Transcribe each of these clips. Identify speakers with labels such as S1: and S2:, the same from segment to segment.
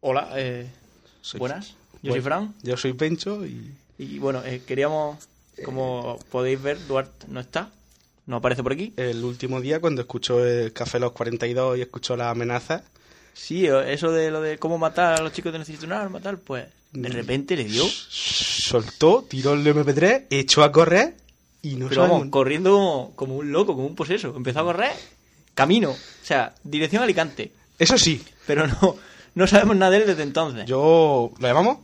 S1: Hola, eh,
S2: Soy-
S1: buenas. Yo
S2: Bueno,
S1: soy Fran.
S2: Yo soy Pencho y
S1: Y bueno, eh, queríamos, como podéis ver, Duarte no está. No aparece por aquí.
S2: el último día cuando escuchó el Café Los 42 y escuchó las amenazas,
S1: Sí, o- eso de lo de cómo matar a los chicos de Necesito un arma, tal, pues de repente le dio.
S2: soltó, tiró el MP3, echó a correr y no
S1: Pero vamos,
S2: sabemos-
S1: corriendo como, como un loco, como un poseso. Empezó a correr, camino, o sea, dirección a Alicante.
S2: Eso sí,
S1: Pero no, no sabemos nada de él desde entonces.
S2: yo... ¿Lo llamamos?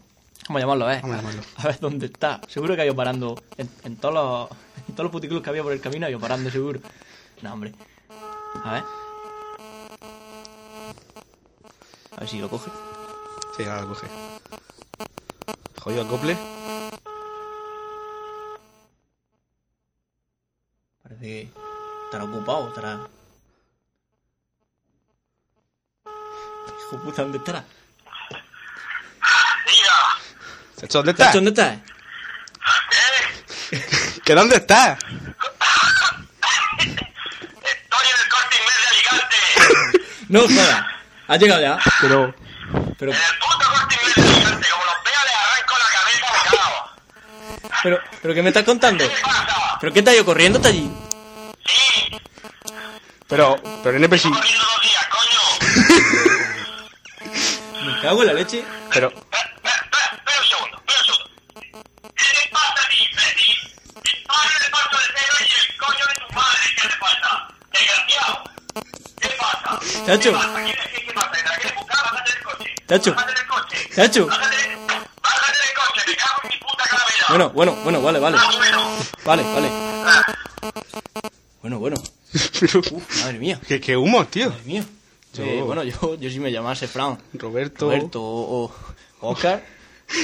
S1: Vamos a llamarlo, ¿eh?
S2: Vamos a llamarlo.
S1: A ver dónde está. Seguro que ha ido parando en, en todos los, en todos los puticlubs que había por el camino, ha ido parando, seguro. No, hombre. A ver. A ver si lo coge.
S2: Sí, ahora lo coge. Jodido acople.
S1: Parece que estará ocupado, estará. Hijo puta, ¿dónde estará?
S2: Chacho, ¿Dónde estás?
S1: ¿Cacho, ¿Dónde estás?
S2: ¿Que dónde estás?
S3: Estoy en el corte inglés de Alicante.
S1: No jodas. ¿Has llegado ya?
S2: Pero...
S1: Pero,
S3: En el puto corte inglés de Alicante. Como los veo, les arranco la cabeza al cabo.
S1: pero, pero ¿qué me estás contando?
S3: ¿Qué pasa?
S1: ¿Pero qué te ha ido corriendo hasta allí?
S3: Sí,
S2: Pero... Pero NPC...
S3: estoy corriendo dos días, coño.
S1: Me cago en la leche.
S2: Pero...
S3: Espera, espera, espera, espera un segundo, espera un segundo. ¿Qué te pasa a ti, Betty? Ahora le paso el dedo y el coño de tu madre, ¿qué te pasa? Desgraciado. ¿Qué pasa?
S1: Chacho.
S3: ¿Qué pasa? ¿Qué, qué, qué pasa? ¿Te la quieres buscar? Bájate del coche.
S1: Chacho.
S3: Bájate del coche.
S1: Chacho.
S3: Bájate, del- bájate del coche, me cago en mi puta calavera.
S1: Bueno, bueno, bueno, vale, vale.
S3: Más o menos.
S1: Vale, vale. Bueno, bueno.
S2: pero
S1: Uf, madre mía.
S2: ¿Qué, qué humo, tío?
S1: Madre mía.
S2: Yo-
S1: Eh, bueno, yo, yo si me llamase Fran,
S2: Roberto...
S1: Roberto o, o Oscar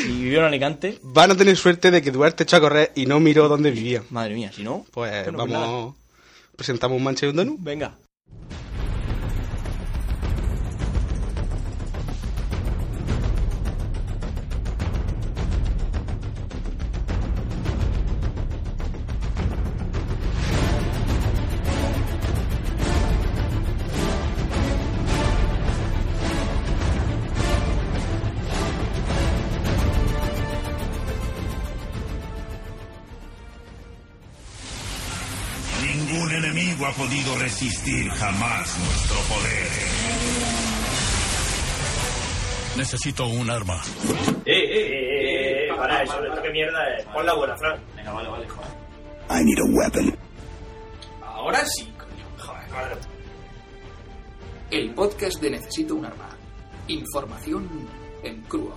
S1: y vivió en Alicante,
S2: Van a tener suerte de que Duarte echó a correr y no miró dónde vivía.
S1: madre mía, si no,
S2: Pues
S1: bueno, nada.
S2: vamos... Presentamos un manche y un donut.
S1: Venga.
S4: Ningún enemigo ha podido resistir jamás nuestro poder. Necesito un arma.
S5: Eh, para eso, esto qué mierda es. Pon la buena, Fran. Venga, vale, vale, joder.
S4: I need a weapon.
S5: Ahora sí, coño. Joder, madre.
S6: El podcast de Necesito un arma. Información en crudo.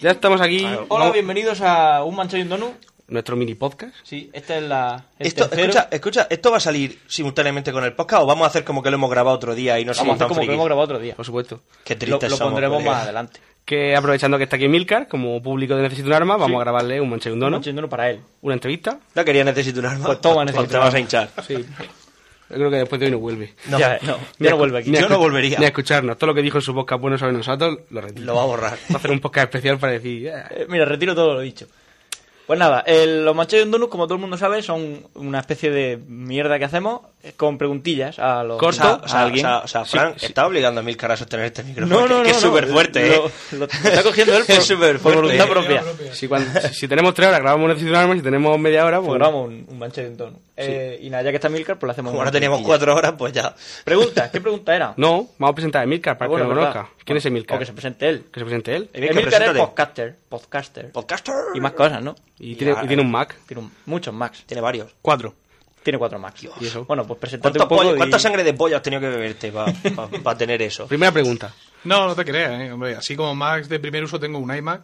S2: Ya estamos aquí.
S1: Hola, bienvenidos a Un Manchado y un Donut.
S2: Nuestro mini podcast.
S1: Sí, esta es la... el
S5: Esto,
S1: tercero.
S5: escucha, escucha, ¿esto va a salir simultáneamente con el podcast o vamos a hacer como que lo hemos grabado otro día y no
S1: Vamos a
S5: somos
S1: hacer
S5: tan
S1: como que lo
S5: frikis?
S1: hemos grabado otro día.
S2: Por supuesto.
S5: Qué
S1: Lo,
S5: tristes
S1: lo
S5: somos,
S1: pondremos
S5: colega.
S1: más adelante.
S2: Que aprovechando que está aquí Milcar, como público de Necesito un Arma, vamos a grabarle un manche y un
S1: Un
S2: dono,
S1: Manchado y un Donut para él.
S2: una entrevista.
S5: No quería necesito un arma.
S1: Pues toma, necesito
S5: Pues te
S1: un
S5: vas a
S1: arma.
S5: hinchar.
S2: Sí. Yo creo que después de hoy no vuelve.
S5: No,
S1: ya, no, ya no vuelve aquí.
S2: Ni a
S5: Yo no
S2: escu-
S5: volvería.
S2: Ni a escucharnos. Todo lo que dijo en su podcast bueno sobre nosotros, lo retiro.
S5: Lo va a borrar.
S2: Va a hacer un podcast especial para decir... "Eh".
S1: Eh, mira, retiro todo lo dicho. Pues nada, el- los manchillos donuts, como todo el mundo sabe, son una especie de mierda que hacemos eh, con preguntillas a los
S5: O sea,
S1: a
S5: o sea,
S1: alguien.
S5: o sea, o sea,
S2: Sí,
S5: Frank
S2: sí.
S5: está obligando a Milcar a sostener este micrófono.
S1: no, no,
S5: que
S1: no,
S5: es súper fuerte,
S1: lo,
S5: ¿eh?
S1: lo está cogiendo él por,
S5: Es súper
S1: por
S5: fuerte.
S1: voluntad propia.
S2: Si, cuando- si- si tenemos tres horas grabamos Necesito un Arma, si tenemos media hora, pues...
S1: Pues grabamos un, un manchillo de donut. Eh, y nada, ya que está Milcar, pues le hacemos
S5: Como
S1: una
S5: ahora teníamos
S1: preguntilla.
S5: cuatro horas, pues ya.
S1: Preguntas, ¿qué pregunta era?
S2: No, vamos a presentar a Emilcar para
S1: Ah, bueno,
S2: que lo
S1: verdad.
S2: conozca. ¿Quién es Emilcar?
S1: O que se presente él.
S2: Que se presente él.
S5: Eh, bien, que
S1: Emilcar es
S5: preséntate.
S1: podcaster, podcaster.
S5: Podcaster.
S1: Y más cosas, ¿no?
S2: Y tiene, y tiene un Mac.
S1: Tiene un- muchos Max.
S5: Tiene varios.
S2: Cuatro.
S1: Tiene cuatro Max.
S2: ¿Y eso?
S1: Bueno, pues presentate
S5: ¿Cuánta,
S1: un poco
S5: polla-
S1: y-
S5: cuánta sangre de polla has tenido que beberte para tener eso?
S2: Primera pregunta.
S7: No, no te creas, eh, hombre. Así como Max de primer uso tengo un iMac,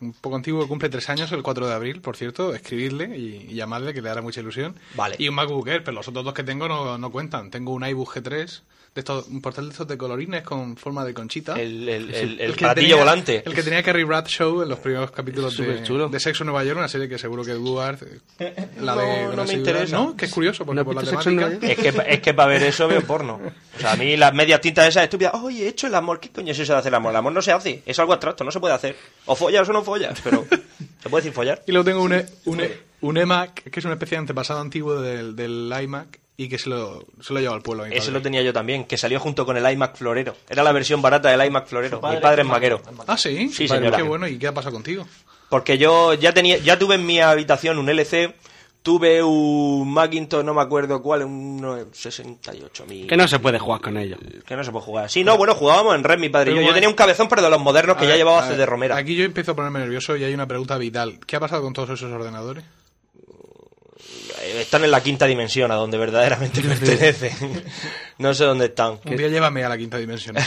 S7: un poco antiguo, que cumple tres años el 4 de abril, por cierto. Escribirle y, y llamarle, que le hará mucha ilusión.
S5: Vale.
S7: Y un MacBook Air, pero los otros dos que tengo no, no cuentan. Tengo un iBook G3, de estos, un portal de estos de colorines con forma de conchita.
S5: El, el, el, el
S7: que
S5: platillo
S7: tenía-
S5: volante.
S7: El que tenía Carrie Bradshaw en los primeros capítulos de,
S2: Superchulo.
S7: de Sexo en Nueva York, una serie que seguro que Eduard. eh, La de,
S5: No, no
S7: con la
S5: me
S7: seguridad-
S5: interesa.
S7: No, que es curioso, porque
S2: ¿No has
S7: por la
S2: visto Sexo en
S7: temática.
S2: Nueva York?
S5: Es que, es que para ver eso veo porno. O sea, a mí las medias tintas esas estúpidas. Oye, he hecho el amor. ¿Qué coño es eso de hacer el amor? El amor no se hace. Es algo abstracto, no se puede hacer. O follas o no follas, pero. ¿Se puede decir follar?
S7: E Y luego tengo un, e- un, e- un EMAC, que es una especie de antepasado antiguo del, del iMac, y y que se lo, se lo llevó al pueblo. mi
S5: Ese
S7: padre.
S5: lo tenía yo también, que salió junto con el iMac Florero. Era la versión barata del iMac Florero. Mi padre es maquero.
S7: Ah, sí.
S5: Sí,
S7: Vale,
S5: señora.
S7: Qué bueno, ¿y qué ha pasado contigo?
S5: Porque yo ya tenía, ya tuve en mi habitación un LC, tuve un Macintosh, no me acuerdo cuál, un 68 mil.
S2: Que no se puede jugar con ellos.
S5: Que no se puede jugar. Sí, no, bueno, jugábamos en red, mi padre y
S7: Pero
S5: yo. Yo
S7: bueno.
S5: tenía un cabezón, pero de los modernos que
S7: A
S5: ya
S7: ver,
S5: llevaba
S7: a
S5: hace
S7: ver,
S5: de Romera.
S7: Aquí yo empiezo a ponerme nervioso y hay una pregunta vital. ¿Qué ha pasado con todos esos ordenadores?
S5: Eh, Están en la quinta dimensión, a donde verdaderamente pertenecen. no sé dónde están.
S7: Un día llévame a la quinta dimensión.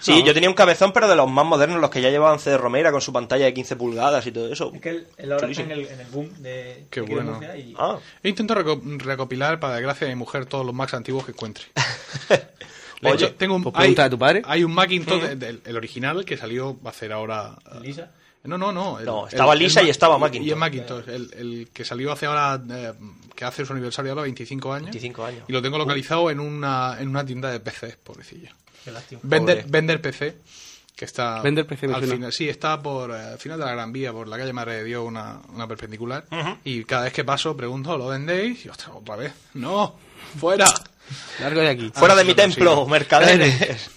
S5: Sí, yo tenía un cabezón, pero de los más modernos, los que ya llevaban CD Romera con su pantalla de 15 pulgadas y todo eso.
S1: Es que el, el ahora está
S5: Chulísimo.
S1: en el, en el boom de.
S7: Qué
S1: de que
S7: bueno.
S1: Murcia y-
S5: Ah.
S7: He intentado reco- recopilar, para desgracia de mi mujer, todos los Macs antiguos que encuentre. Le he
S5: Oye, Mm.
S7: hecho- tengo un,
S2: pues pregunta a tu padre.
S7: Hay un Macintosh, de- del- el original, que salió va a hacer ahora... eh,
S1: Lisa.
S7: No, no, no. el-
S5: No, estaba Lisa y
S7: Ma-
S5: estaba Macintosh.
S7: Y el Macintosh, el, el que salió hace ahora, eh, que hace su aniversario ahora, 25 años.
S5: 25 años.
S7: Y lo tengo localizado en, una, en una tienda de PCs, pobrecillo.
S1: Qué lástima.
S7: Vender, vender PC, que está...
S2: Vender PC me
S7: al
S2: suena.
S7: final- Sí, está por eh, al final de la Gran Vía, por la calle Madre de Dios, una, una perpendicular. Y cada vez que paso pregunto, ¿lo vendéis? Y ostras, otra vez. ¡No! ¡Fuera!
S2: Largo de aquí.
S5: Fuera de
S7: sí,
S5: mi
S7: lo consigo.
S5: templo, mercaderes.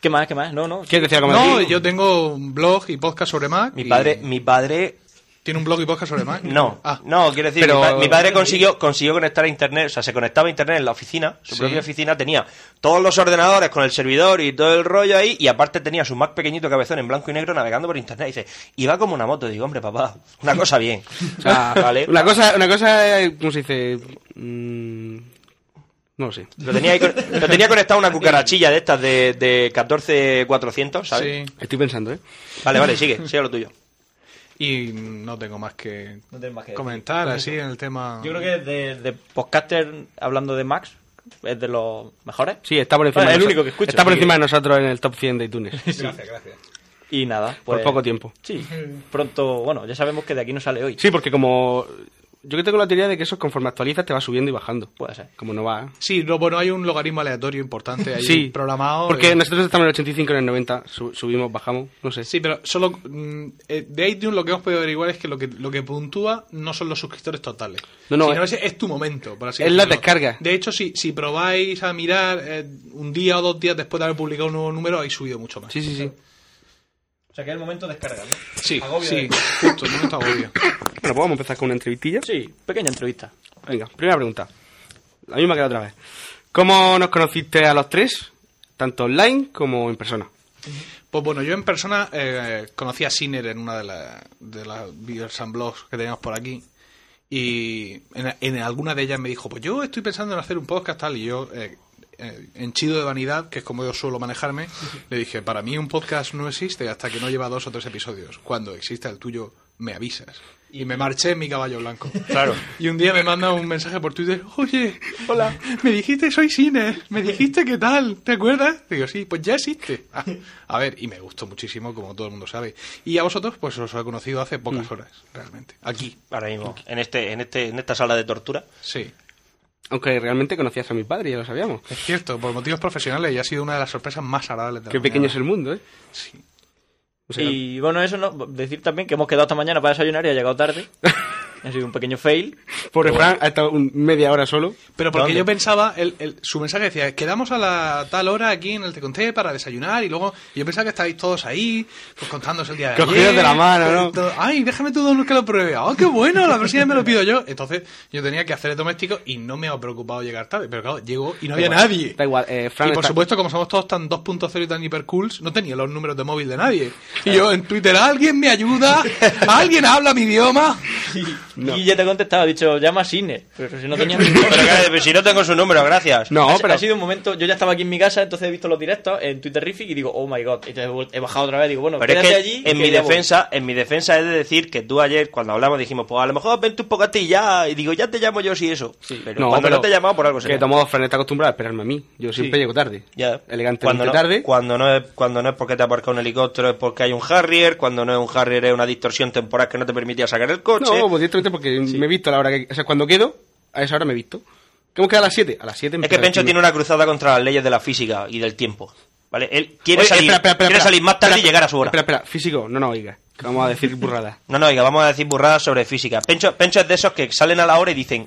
S1: ¿Qué más? ¿Qué más? No, no.
S2: ¿Quieres decir algo más?
S7: No, yo tengo un blog y podcast sobre Mac.
S5: mi
S7: y-
S5: padre, mi padre
S7: ¿Tiene un blog y podcast sobre Mac?
S5: No,
S7: Ah,
S5: no, quiero decir,
S2: Pero-
S5: mi, pa- mi padre consiguió, consiguió conectar a internet, o sea, se conectaba a internet en la oficina, su
S7: Sí.
S5: propia oficina, tenía todos los ordenadores con el servidor y todo el rollo ahí, y aparte tenía su más pequeñito cabezón en blanco y negro navegando por internet. Y dice, iba como una moto, digo, hombre, papá, una cosa bien.
S2: O sea,
S5: Vale.
S2: una cosa, una cosa, eh, ¿cómo se dice? Mm, no lo sé.
S5: Lo tenía, ahí con- lo tenía conectado a una cucarachilla de estas de, de 14400, ¿sabes?
S7: Sí,
S2: Estoy pensando, ¿eh?
S5: Vale, vale, sigue, sigue lo tuyo.
S7: y no tengo más que
S1: No tengo más que decir.
S7: comentar así en el tema.
S1: Yo creo que de, de podcaster, hablando de Max, es de los mejores.
S2: Sí, está por encima.
S1: Ah,
S2: de
S1: el
S2: noso-
S1: único que escucho.
S2: Está por
S1: Sí.
S2: encima de nosotros en el top 100 de iTunes.
S1: Y nada,
S2: Por
S1: pues-
S2: poco tiempo.
S1: Sí, pronto, bueno, ya sabemos que de aquí no sale hoy.
S2: Sí, porque como. Yo que tengo la teoría de que eso conforme actualizas te va subiendo y bajando.
S1: Puede ser.
S2: Como no va. ¿eh?
S7: Sí, no, bueno, hay un logaritmo aleatorio importante ahí
S2: Sí,
S7: programado.
S2: Porque
S7: eh,
S2: nosotros estamos en el 85, en el 90, su- subimos, bajamos, no sé.
S7: Sí, pero solo mm, eh, de iTunes lo que hemos podido averiguar es que lo que lo que puntúa no son los suscriptores totales.
S2: No, no,
S7: sino
S2: es-
S7: ese es, tu momento, por así
S2: es la
S7: decirlo.
S2: descarga.
S7: De hecho, si, si probáis a mirar eh, un día o dos días después de haber publicado un nuevo número, habéis subido mucho más.
S2: Sí, sí, sí.
S1: O sea que es el momento de descargar, ¿no?
S7: sí,
S1: Agobio eh.
S7: sí,
S1: de-
S7: justo, el momento agobio.
S2: Bueno, pues vamos a empezar con una entrevistilla.
S1: Sí, pequeña entrevista.
S2: Venga, primera pregunta. La misma que la otra vez. ¿Cómo nos conociste a los tres? Tanto online como en persona.
S7: Pues bueno, yo en persona eh, conocí a Sinner en una de las de las videos and blogs que teníamos por aquí. Y en, en alguna de ellas me dijo, pues yo estoy pensando en hacer un podcast tal. Y yo, eh, eh, henchido de vanidad, que es como yo suelo manejarme, le dije, para mí un podcast no existe hasta que no lleva dos o tres episodios. Cuando exista el tuyo, me avisas. Y me marché en mi caballo blanco.
S5: Claro.
S7: Y un día me manda un mensaje por Twitter, oye, hola, me dijiste soy Cine, me dijiste qué tal, ¿te acuerdas? Digo, sí, pues ya existe. Ah, a ver, y me gustó muchísimo, como todo el mundo sabe. Y a vosotros, pues os he conocido hace pocas horas, realmente. Aquí,
S5: Ahora mismo, en, este, en, este, en esta sala de tortura.
S7: sí.
S2: Aunque realmente conocías a mi padre, ya lo sabíamos.
S7: Es cierto, por motivos profesionales, y ha sido una de las sorpresas más agradables de la
S2: Qué pequeño es
S7: mañana.
S2: el mundo, ¿eh?
S7: Sí.
S2: O sea,
S1: y bueno, eso no, decir también que hemos quedado esta mañana para desayunar y ha llegado tarde. ha sido un pequeño fail.
S2: pobre Fran, ha estado un- media hora solo.
S7: Pero porque
S5: ¿Dónde?
S7: yo pensaba, el- el- su mensaje decía, quedamos a la tal hora aquí en el Te Conté para desayunar y luego yo pensaba que estáis todos ahí, pues contándose el día de
S2: Cogidos
S7: ayer,
S2: de la mano, ¿no?
S7: todo- Ay, déjame tú Don, que lo pruebe. ¡Ah, qué bueno! La próxima vez me lo pido yo. Entonces yo tenía que hacer el doméstico y no me ha preocupado llegar tarde. Pero claro, llego y no había
S2: igual,
S7: nadie.
S2: da igual, eh, Fran
S7: y por
S2: está-
S7: supuesto, como somos todos tan 2.0 y tan hipercools, no tenía los números de móvil de nadie. Y yo en Twitter, ¿alguien me ayuda? ¿Alguien habla mi idioma?
S1: Y ya te he contestado, ha dicho, llama a Cine. Pero si no tenía mi
S5: Pero que- si no tengo su número, gracias.
S2: No,
S1: ha,
S2: pero.
S1: ha sido un momento, yo ya estaba aquí en mi casa, entonces he visto los directos en Twitter Rific y digo, oh my god, Entonces he vuel- he bajado otra vez, digo, bueno,
S5: Pero es que
S1: quédate allí.
S5: en
S1: que
S5: mi
S1: ya voy.
S5: defensa, en mi defensa es de decir que tú ayer cuando hablamos dijimos, pues a lo mejor vente un poco a ti ya, y digo, ya te llamo yo si eso. Pero
S2: No,
S5: cuando
S2: pero
S5: no te he llamado por algo
S2: Que
S5: será.
S2: tomó Fran está acostumbrado a esperarme a mí. Yo siempre llego tarde.
S5: Ya.
S2: Elegantemente
S5: cuando no,
S2: tarde.
S5: Cuando no, es, cuando no es porque te aparca un helicóptero, es porque hay un Harrier, cuando no es un Harrier es una distorsión temporal que no te permitía sacar el coche.
S2: No, pues directamente porque me he visto a la hora que. O sea, cuando quedo, a esa hora me he visto. ¿Cómo queda a las 7? A las 7
S5: es que Pencho tiene una cruzada contra las leyes de la física y del tiempo. ¿Vale? Él quiere, salir, quiere salir más tarde y llegar a su hora.
S2: Espera, espera, físico, no nos oiga. Que vamos a decir burradas.
S5: No, no, oiga, vamos a decir burradas sobre física. Pencho, Pencho es de esos que salen a la hora y dicen,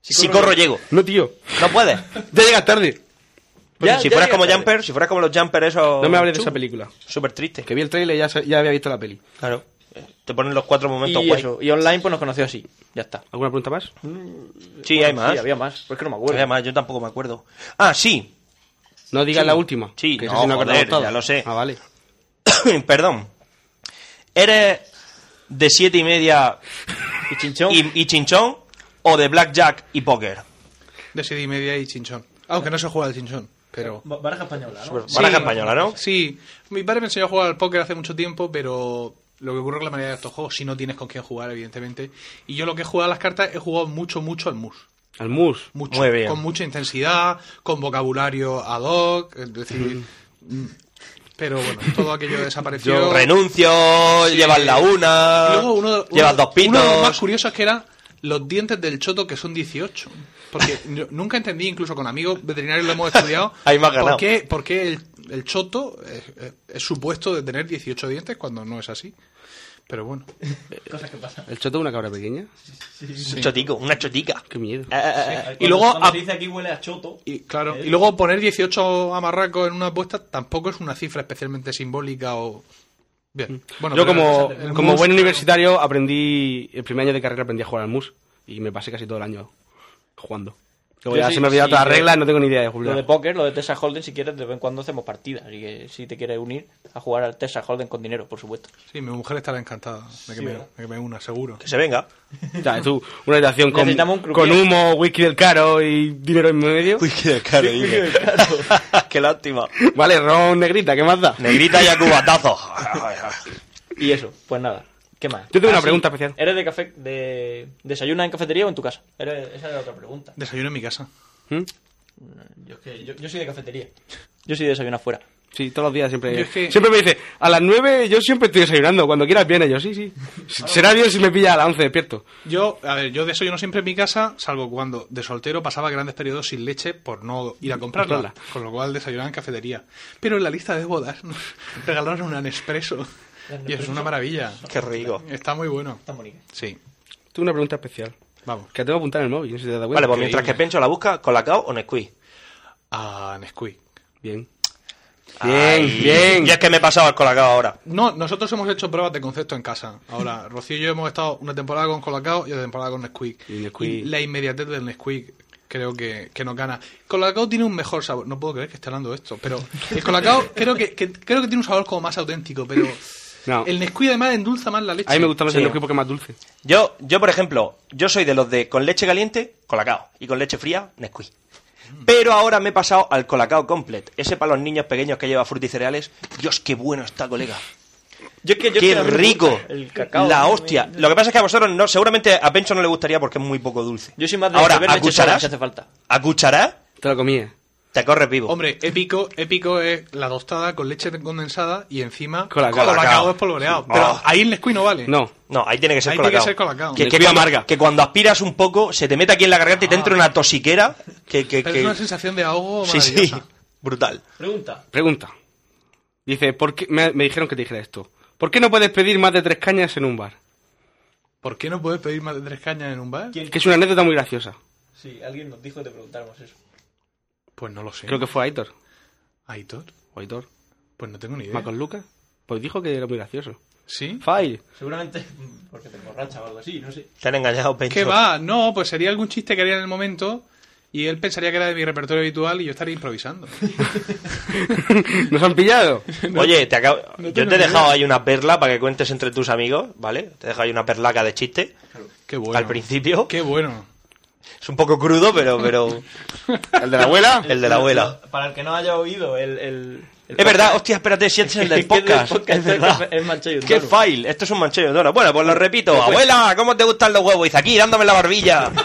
S5: Si corro, llego.
S2: No, tío.
S5: No puedes.
S2: Ya llegas tarde.
S1: Ya,
S5: Pues si
S1: ya
S5: fueras
S1: llega
S5: como
S1: tarde.
S5: Jumper, si fueras como los Jumpers esos...
S2: No me hables de esa
S5: Chu,
S2: película.
S5: Súper triste.
S2: Que vi el trailer y ya, se- ya había visto la peli.
S5: Claro. Eh, Te ponen los cuatro momentos
S1: Y
S5: guay.
S1: eso, y online pues nos conoció así. Ya está.
S2: ¿Alguna pregunta más?
S5: Sí, hay más.
S1: Sí, había más. Pues es que no me acuerdo.
S5: Había más, yo tampoco me acuerdo. Ah, sí.
S2: No digas la última.
S5: Sí,
S2: que
S5: no,
S2: esa sí nos acordamos
S5: joder,
S2: todos.
S5: ya lo sé.
S2: Ah, vale.
S5: Perdón. ¿Eres de siete y media
S1: Y Chinchón.
S5: y, y chinchón o de blackjack y póker?
S7: De siete y media y chinchón.
S5: Ah.
S7: Aunque no se juega al chinchón, pero...
S1: Baraja española, ¿no?
S5: Pues Baraja española, ¿no?
S7: Sí. Mi padre me enseñó a jugar al póker hace mucho tiempo, pero lo que ocurre con la mayoría de estos juegos, si no tienes con quién jugar, evidentemente. Y yo lo que he jugado a las cartas, he jugado mucho, mucho al mus.
S2: Al mus.
S7: Mucho.
S5: Muy bien.
S7: Con mucha intensidad, con vocabulario ad hoc, es decir... mm. Pero bueno, todo aquello desapareció.
S5: Yo renuncio, llevas la una,
S7: Y
S2: Ah,
S7: luego uno de- uno-
S5: llevas dos
S7: Uno de los más
S5: pinos.
S7: curiosos que era los dientes del choto que son 18. Porque yo nunca entendí, incluso con amigos veterinarios lo hemos estudiado,
S5: Ahí me has ganado.
S7: por qué, por qué el, el choto es, es- es supuesto de tener 18 dientes cuando no es así. Pero bueno,
S2: El choto de una cabra pequeña.
S5: Un chotico, una chotica.
S2: Qué miedo.
S5: Eh, eh, eh.
S7: Y luego
S1: Cuando
S7: a-
S1: se dice aquí huele a choto.
S7: y claro, y luego poner 18 amarracos en una apuesta tampoco es una cifra especialmente simbólica o... Bien, bueno,
S2: Mm. Yo
S7: pero
S2: como,
S7: el- el
S2: como
S7: mus-
S2: buen universitario aprendí, el primer año de carrera aprendí a jugar al mus y me pasé casi todo el año jugando. Luego
S1: Yo
S2: ya
S1: sí-
S2: se me olvidaron
S1: sí,
S2: todas las
S1: yo-
S2: reglas, no tengo ni idea de
S1: Lo de
S2: jugar.
S1: póker, lo de Tessa Holden, si quieres, de vez en cuando hacemos partidas. Así que si te quieres unir a jugar al Tessa Holden con dinero, por supuesto.
S7: Sí, mi mujer estará encantada de que, me, de que me una, seguro.
S5: Que se venga.
S2: O sea, tú, una habitación con,
S1: Necesitamos un croupier.
S2: con humo, whisky del caro y dinero en medio.
S5: qué caro, Qué lástima.
S2: Vale, ron negrita, ¿qué más da?
S5: Negrita y a cubatazos.
S1: Y eso, pues nada. ¿Qué más? Ah,
S2: Yo tengo una
S1: sí.
S2: pregunta especial.
S1: ¿Eres de café, de desayunas en cafetería o en tu casa? Eres- esa era la otra pregunta.
S7: Desayuno en mi casa.
S2: ¿Mm?
S1: Yo, es que, yo, yo soy de cafetería. Yo soy de desayuno afuera.
S2: Sí, todos los días siempre.
S7: Yo es que-
S2: Siempre me dice, a las 9 yo siempre estoy desayunando, cuando quieras viene yo, sí, sí.
S7: Ah.
S2: Será bien si me pilla a las 11 despierto.
S7: Yo, a ver, yo desayuno siempre en mi casa, salvo cuando de soltero pasaba grandes periodos sin leche por no ir a comprarla.
S2: Comprarla.
S7: Con lo cual desayunaba en cafetería. Pero en la lista de bodas nos regalaron una Nespresso. Y es una maravilla.
S5: Qué rico.
S7: Está muy bueno.
S1: Tan bonita.
S7: Sí,
S2: Tengo una pregunta especial,
S7: vamos.
S2: que la tengo apuntada en el móvil, no sé si te das cuenta.
S5: Vale, pues mientras que Pencho la busca, ¿colacao o Nesquik?
S7: A Nesquik.
S2: Bien.
S5: Ay,
S2: bien.
S5: Y es que me he pasado al colacao ahora.
S7: No, nosotros hemos hecho pruebas de concepto en casa. Ahora, Rocío y yo hemos estado una temporada con Colacao y otra temporada con Nesquik.
S2: Y Nesquik.
S7: la inmediatez del Nesquik creo que, que nos gana. Colacao tiene un mejor sabor. No puedo creer que esté hablando de esto, pero el Colacao creo que, que- creo que tiene un sabor como más auténtico, pero
S2: No.
S7: el Nesquik además endulza más la leche.
S2: A mí me gusta más
S1: Sí.
S2: el Nesquik porque es más dulce.
S5: Yo, yo, por ejemplo, yo soy de los de con leche caliente, colacao. Y con leche fría, Nesquik.
S1: Mm.
S5: Pero ahora me he pasado al colacao complete. Ese para los niños pequeños que lleva frutas y cereales. Dios, qué bueno está, colega.
S1: Yo es que, yo es
S5: ¡Qué
S1: que a mí me
S5: rico!
S1: gusta El cacao.
S5: la
S1: ¿no?
S5: hostia. Lo que pasa es que a vosotros no, seguramente a Pencho no le gustaría porque es muy poco dulce.
S1: Yo soy más de
S5: Ahora,
S1: beber
S5: a
S1: leche sola
S5: cucharás,
S1: si hace falta.
S5: a cucharás,
S2: Te lo ¿eh? comía.
S5: te corres vivo.
S7: Hombre, épico, épico es la tostada con leche condensada y encima
S2: Colacao.
S7: Colacao espolvoreado.
S5: Sí.
S7: Pero
S5: Oh.
S7: ahí el Nesquik no vale.
S2: No.
S5: No, ahí tiene que ser
S7: Ahí
S5: colacao.
S7: tiene que ser colacao.
S5: Que,
S2: De
S5: que
S2: culo
S5: cuando,
S2: amarga.
S5: que cuando aspiras un poco, se te mete aquí en la garganta y
S1: Ah,
S5: te entra una tosiquera. Que, que,
S7: Pero
S5: que-
S7: es una sensación de ahogo
S5: Sí,
S7: maravillosa.
S5: sí. Brutal.
S1: Pregunta.
S2: Pregunta. Dice, ¿por qué? Me, me dijeron que te dijera esto. ¿Por qué no puedes pedir más de tres cañas en un bar?
S7: ¿Por qué no puedes pedir más de tres cañas en un bar?
S1: ¿Quién?
S2: Que es una anécdota muy graciosa.
S1: Sí, alguien nos dijo que te preguntáramos eso.
S7: Pues no lo sé.
S2: Creo que fue Aitor.
S7: Aitor.
S2: ¿O Aitor?
S7: Pues no tengo ni idea.
S2: ¿Macos Lucas? Pues dijo que era muy gracioso.
S7: ¿Sí?
S2: File.
S1: Seguramente mm, porque te emborracha o algo así, no sé.
S5: Te han engañado, Pencho.
S7: ¿Qué va? No, pues sería algún chiste que haría en el momento y él pensaría que era de mi repertorio habitual y yo estaría improvisando.
S2: ¿Nos han pillado?
S5: Oye, te acabo- yo
S7: tengo
S5: te he
S7: ni
S5: dejado
S7: idea.
S5: ahí una perla para que cuentes entre tus amigos, ¿vale? Te he dejado ahí una perlaca de chiste
S7: Qué bueno.
S5: al principio.
S7: Qué bueno.
S5: Es un poco crudo, pero, pero
S2: ¿El de la abuela?
S5: el de la abuela.
S1: Para el que no haya oído el... el, el
S5: Es verdad,
S1: podcast-
S5: hostia, espérate, si este es
S1: que
S5: el del
S1: es del
S5: podcast.
S1: podcast, este
S5: Es verdad.
S1: es Manchego
S5: Qué
S1: Dono.
S5: file, esto es un manchego de Bueno, pues lo repito. Abuela, ¿cómo te gustan los huevos? Y dice aquí, dándome la barbilla.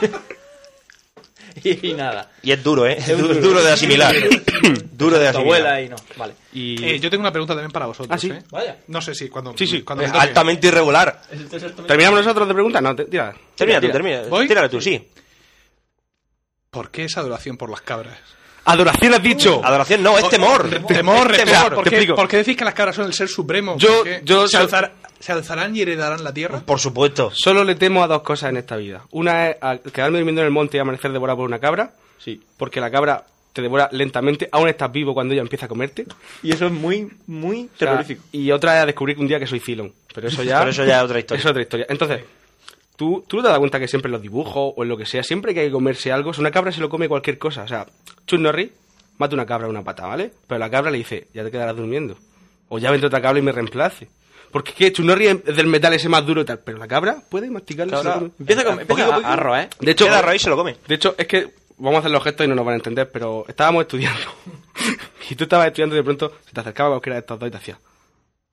S1: Y, nada.
S5: Y es duro, ¿eh? Es
S1: duro.
S5: duro, duro de asimilar. duro de
S1: Tu
S5: asimilar.
S1: abuela y no. Vale.
S2: Y...
S7: Eh, yo tengo una pregunta también para vosotros.
S2: Ah, ¿sí?
S7: ¿eh?
S1: Vaya.
S7: No sé si cuando.
S2: Sí, Eh, sí.
S7: Cuando
S5: Es
S7: me toque.
S5: altamente irregular.
S2: ¿Terminamos nosotros de preguntas? No, te- tira.
S5: Termina tú, termina.
S7: ¿Voy?
S5: Tírala tú, sí.
S7: ¿Por qué esa adoración por las cabras?
S2: Adoración has dicho.
S5: Adoración, no, es temor.
S7: Temor,
S5: Es
S7: respeto.
S5: temor.
S7: ¿Por,
S2: te
S7: qué,
S2: explico.
S7: ¿Por qué decís que las cabras son el ser supremo?
S2: Yo-
S7: ¿Por qué
S2: yo-
S7: se alzar- ¿Se alzarán y heredarán la tierra?
S5: Por supuesto.
S2: Solo le temo a dos cosas en esta vida. Una es a quedarme durmiendo en el monte y amanecer devorado por una cabra. Sí. Porque la cabra te devora lentamente, aún estás vivo cuando ella empieza a comerte.
S1: Y eso es muy, muy
S2: O sea,
S1: terrorífico.
S2: y otra es a descubrir que un día que soy Filon. Pero eso ya,
S5: Pero eso ya es otra historia.
S2: eso es otra historia. Entonces, ¿tú, tú no te das cuenta que siempre en los dibujos o en lo que sea, siempre que hay que comerse algo, o sea, una cabra se lo come cualquier cosa. O sea, Chuck Norris mata una cabra a una pata, ¿vale? Pero la cabra le dice, ya te quedarás durmiendo. O ya vendrá otra cabra y me reemplace. Porque ¿qué? Chuck Norris es del metal ese más duro y tal. Pero la cabra puede masticarlo. se lo
S5: Cabra-
S2: come.
S1: Empieza, con, empieza
S5: Poquito,
S1: a-
S5: poquito.
S1: a roer.
S2: De hecho,
S5: Queda raíz y se lo come.
S2: de hecho, es que vamos a hacer los gestos y no nos van a entender, pero estábamos estudiando. y tú estabas estudiando y de pronto se te acercaba cualquiera de estos dos y te hacía.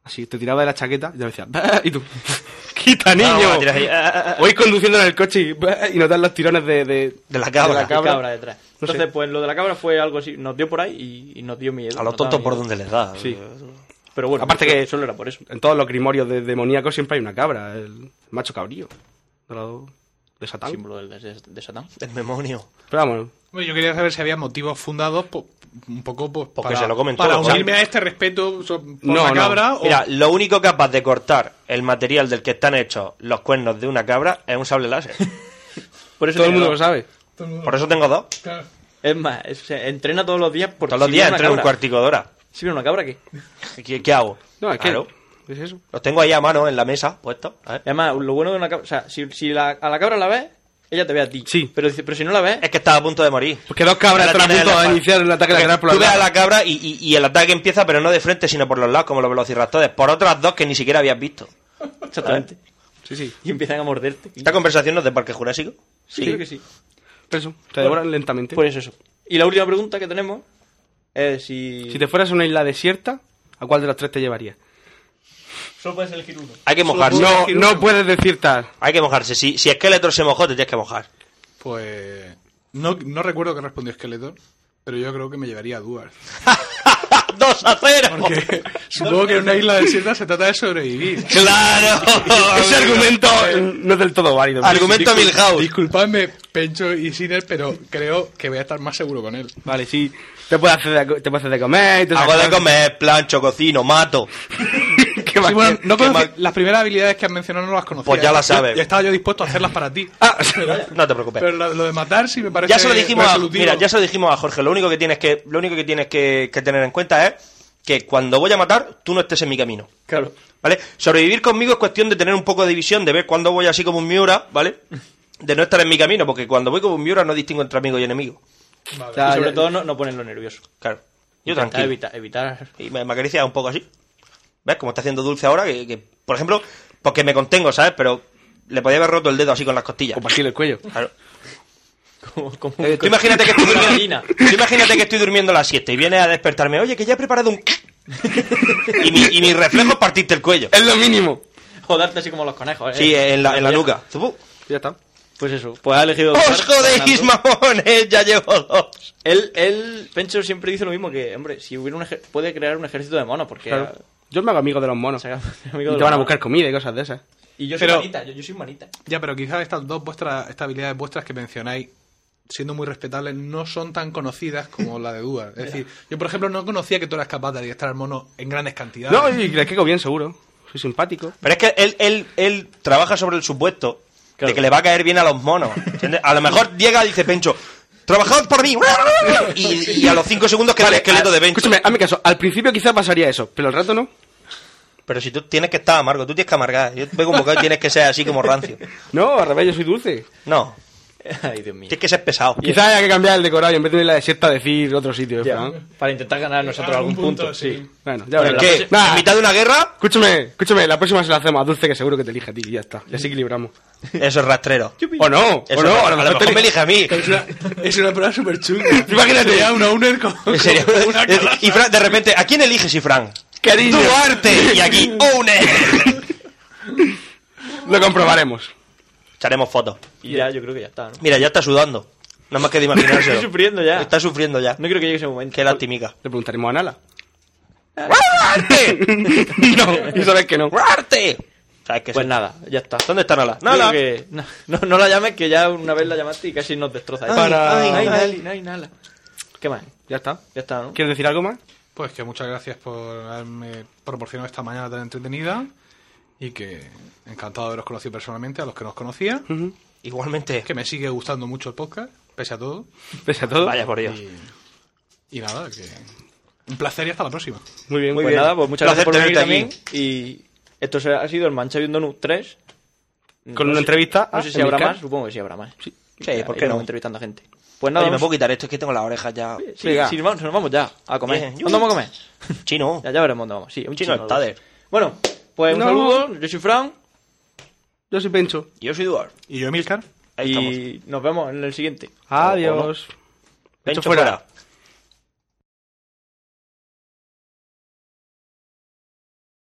S2: Así, te tiraba de la chaqueta y yo decía. "Bah", Y tú. ¡Quita, niño!
S5: Vamos, tira ahí. Ah, ah, ah.
S2: Voy conduciendo en el coche y, "Bah", y notas los tirones de. de-
S5: De la cabra.
S2: de
S1: La cabra, detrás.
S2: No sé.
S1: Entonces, pues lo de la cabra fue algo así. Nos dio por ahí y, y nos dio miedo.
S5: A
S1: nos
S5: los
S1: daba
S5: tontos por
S1: miedo.
S5: donde les da.
S2: Sí.
S1: Pero bueno,
S2: Aparte
S1: eso-
S2: que-
S1: solo era por eso.
S2: En todos los grimorios de demoníacos siempre hay una cabra, el macho cabrío. De, lo- de Satán.
S1: Símbolo del- de, de Satán.
S5: El demonio.
S2: Pero vamos,
S7: Hombre, yo quería saber si había motivos fundados po- un poco po-
S5: Porque
S7: para,
S5: se lo comen
S7: para
S5: todos,
S7: unirme
S5: ¿sabes?
S7: a este respeto so- por
S2: No,
S7: la
S2: no.
S7: cabra. Ah, o-
S5: Mira, lo único capaz de cortar el material del que están hechos los cuernos de una cabra es un sable láser.
S1: Por eso
S2: todo
S1: tiene
S2: el mundo lo
S1: dos.
S2: sabe.
S5: Por eso tengo dos.
S7: Claro.
S1: Es más, es- se entrena todos los días por
S5: Todos los
S1: si
S5: días
S1: viene una
S5: entreno un
S1: cabra.
S5: cuartico de hora.
S1: Si viene una cabra, ¿qué? Y
S5: ¿Qué, qué hago?
S2: No, es
S5: Claro.
S2: que. Es eso.
S5: Los tengo ahí a mano en la mesa, puestos. ¿eh?
S1: además, lo bueno de una cabra... O sea, si, si la- a la cabra la ves, ella te ve a ti.
S2: Sí.
S1: Pero, dice- pero si no la ves...
S5: Es que estaba a punto de morir.
S2: Porque dos cabras
S5: La
S2: están a
S5: tienes en
S2: punto
S5: la
S2: de
S5: espalda.
S2: iniciar el ataque de la
S5: Porque
S2: cabra por
S5: Tú
S2: la
S5: ves a la cabra y, y- y el ataque empieza, pero no de frente, sino por los lados, como los velociraptores. Por otras dos que ni siquiera habías visto.
S1: Exactamente.
S2: Ah, Sí, sí.
S1: Y empiezan a morderte.
S5: ¿Esta conversación no es de Parque Jurásico?
S1: Sí, creo que sí.
S2: Pero Pues eso, te devoran lentamente.
S1: Pues eso. Y la última pregunta que tenemos es si...
S2: Si te fueras a una isla desierta, ¿a cuál de los tres te llevarías?
S1: Solo puedes elegir uno.
S5: Hay Pues que mojarse.
S2: No, no puedes decir tal.
S5: Hay que mojarse. Si, si Skeletor se mojó, te tienes que mojar.
S7: Pues. No, no recuerdo que respondió Skeletor, pero yo creo que me llevaría a Duar.
S5: ¡Dos a cero!
S7: Porque supongo que en una isla desierta se trata de sobrevivir.
S5: ¡Claro!
S2: Ese argumento eh, no es del todo válido.
S5: Argumento
S2: Discul-
S5: Milhouse.
S7: Disculpadme, Pencho y Siner, pero creo que voy a estar más seguro con él.
S2: Vale, sí. Te puedes hacer de, te puedes hacer de comer y te
S5: Hago de comer, plancho, cocino, mato.
S2: ¿Qué más
S7: Sí, bueno,
S2: quieres?
S7: no
S5: qué
S7: conocí-
S5: mal.
S7: las primeras habilidades que has mencionado no las conocía.
S5: Pues ya las sabes.
S7: Y estaba yo dispuesto a hacerlas para ti.
S2: Ah,
S5: No te preocupes.
S7: Pero lo, lo de matar sí me parece.
S5: ya se lo dijimos a,
S7: resolutivo.
S5: mira, ya se lo dijimos a Jorge. Lo único que tienes que, lo único que, tienes que, que tener en cuenta es que cuando voy a matar, tú no estés en mi camino.
S1: Claro.
S5: ¿Vale? Sobrevivir conmigo es cuestión de tener un poco de visión, de ver cuándo voy así como un Miura, ¿vale? De no estar en mi camino, porque cuando voy como un Miura no distingo entre amigo y enemigo.
S1: O sea,
S2: Ya,
S1: sobre
S2: Ah, ya.
S1: todo no, no ponerlo nervioso.
S5: Claro. Yo
S1: Intentar
S5: tranquilo.
S1: evita- evitar
S5: Y me, me acaricia un poco así. ¿Ves? Como está haciendo dulce ahora, que, que, por ejemplo, porque me contengo, ¿sabes? Pero le podía haber roto el dedo así con las costillas.
S2: O partirle el cuello.
S5: Claro.
S1: Como, como
S2: Eh,
S5: Tú imagínate que estoy
S1: como una
S5: durmiendo,
S1: gallina.
S5: tú imagínate que estoy durmiendo la siesta y viene a despertarme, oye, que ya he preparado un... y, mi, y mi reflejo es partirte el cuello.
S2: Es lo mínimo.
S1: O darte así como los conejos. ¿eh?
S5: Sí, en la, en la nuca. Zupu.
S2: Ya está.
S1: Pues eso. Pues ha elegido.
S5: ¡Os jodéis,
S1: Fernando.
S5: mamones! Ya llevo dos.
S1: Él, él, Pencho siempre dice lo mismo que, hombre, si hubiera un ejer- puede crear un ejército de monos porque
S2: Claro. Yo me hago amigo de los monos.
S1: se haga-
S2: Y
S1: amigo de los
S2: te van a
S1: monos.
S2: buscar comida y cosas de esas.
S1: Y yo soy
S7: Pero-
S1: manita, yo, yo soy manita.
S7: Ya, pero quizás estas dos vuestras, estas habilidades vuestras que mencionáis, siendo muy respetables, no son tan conocidas como la de Duar. Es decir, yo por ejemplo no conocía que tú eras capaz de adiestrar al mono en grandes cantidades.
S2: No, y crees que hago bien, seguro. Soy simpático.
S5: Pero es que él, él, él trabaja sobre el supuesto
S1: Claro.
S5: de que le va a caer bien a los monos. ¿entiendes? A lo mejor llega y dice Pencho, trabajad por mí. Y, y a los cinco segundos queda el esqueleto de Pencho.
S2: Escúchame, hazme caso. Al principio quizás pasaría eso, pero al rato no.
S5: Pero si tú tienes que estar amargo, tú tienes que amargar. Yo te pego un bocado y tienes que ser así como rancio.
S2: No, al revés, yo soy dulce.
S5: No,
S1: Ay, Dios mío.
S5: tienes que ser pesado.
S2: Quizás haya que cambiar el decorado y en vez de ir a la desierta decir otro sitio.
S1: Ya.
S2: ¿no?
S1: Para intentar ganar nosotros algún, punto, sí.
S2: Bueno, ya verás.
S5: ¿Qué?
S2: Nah,
S5: ¿En mitad de una guerra?
S2: Escúchame, escúchame, la próxima se la hacemos a Dulce que seguro que te elige a ti y ya está. Y así equilibramos.
S5: Eso es rastrero.
S2: O no,
S5: Eso
S2: o no,
S5: a lo mejor
S2: te
S5: me
S2: elige-
S5: elige a mí.
S7: Es una, es una prueba súper chunga.
S2: Imagínate.
S7: ya una owner con,
S5: En serio.
S7: con una calaza.
S5: Y Fran, de repente, ¿a quién eliges, Ifran?
S2: Cariño.
S5: Duarte. Y aquí, Owner.
S2: Lo comprobaremos.
S5: Echaremos fotos.
S1: Y ya, yo creo que ya está, ¿no?
S5: Mira, ya está sudando. Nada más que de imaginárselo.
S1: Estoy sufriendo ya.
S5: Está sufriendo ya.
S1: No creo que llegue ese momento.
S5: Qué lastimica.
S2: Le preguntaremos a Nala.
S5: ¡Duarte!
S2: no, y sabes que no.
S5: ¡Duarte! ¿Sabes qué?
S1: Pues
S5: Sí.
S1: nada, ya está.
S5: ¿Dónde está Nala?
S1: Yo
S5: Nala.
S1: creo que- no, no, no la llames, que ya una vez la llamaste y casi nos destroza.
S5: Ay,
S2: Para-
S5: ay,
S1: Ay,
S5: ay,
S1: Nali, Nali, Nala. ¿Qué más?
S2: Ya está.
S1: Ya está, ¿no?
S2: ¿Quieres decir algo más?
S7: Pues que muchas gracias por haberme proporcionado esta mañana tan entretenida. y que encantado de haberos conocido personalmente, a los que nos conocía,
S5: Igualmente,
S7: que me sigue gustando mucho el podcast, pese a todo.
S2: Pese a todo.
S5: vaya por Dios.
S7: Y, y nada, que un placer y hasta la próxima.
S2: Muy bien,
S1: Muy
S2: pues
S1: bien.
S2: nada,
S1: nada, pues muchas
S5: Placer
S1: gracias por venir
S5: tenerte
S1: también. Y esto se- ha sido el Mancha Viendo Nu 3.
S2: Con
S1: No
S2: una
S1: sé-
S2: entrevista
S1: No
S2: a
S1: sé si habrá
S2: Emilcar.
S1: más, supongo que sí habrá más. Sí,
S5: Sí, ¿por qué no?
S1: entrevistando a gente. Pues nada,
S5: Oye, me
S1: vamos-
S5: puedo quitar esto, es que tengo las orejas ya.
S1: sí,
S2: Venga.
S1: sí, nos vamos- nos vamos ya a comer.
S5: Bien.
S1: ¿Dónde vamos a comer?
S5: Chino.
S1: Ya, ya veremos dónde vamos. Sí, un
S5: Chino
S1: chino.
S5: está de-
S1: Bueno, pues un
S2: No.
S1: saludo. Yo soy Fran.
S2: Yo soy Pencho.
S5: Yo soy Duarte.
S7: Y yo, Emilcar.
S5: Ahí
S1: y nos vemos en el siguiente.
S2: Adiós.
S5: Pencho
S2: fuera.
S5: fuera.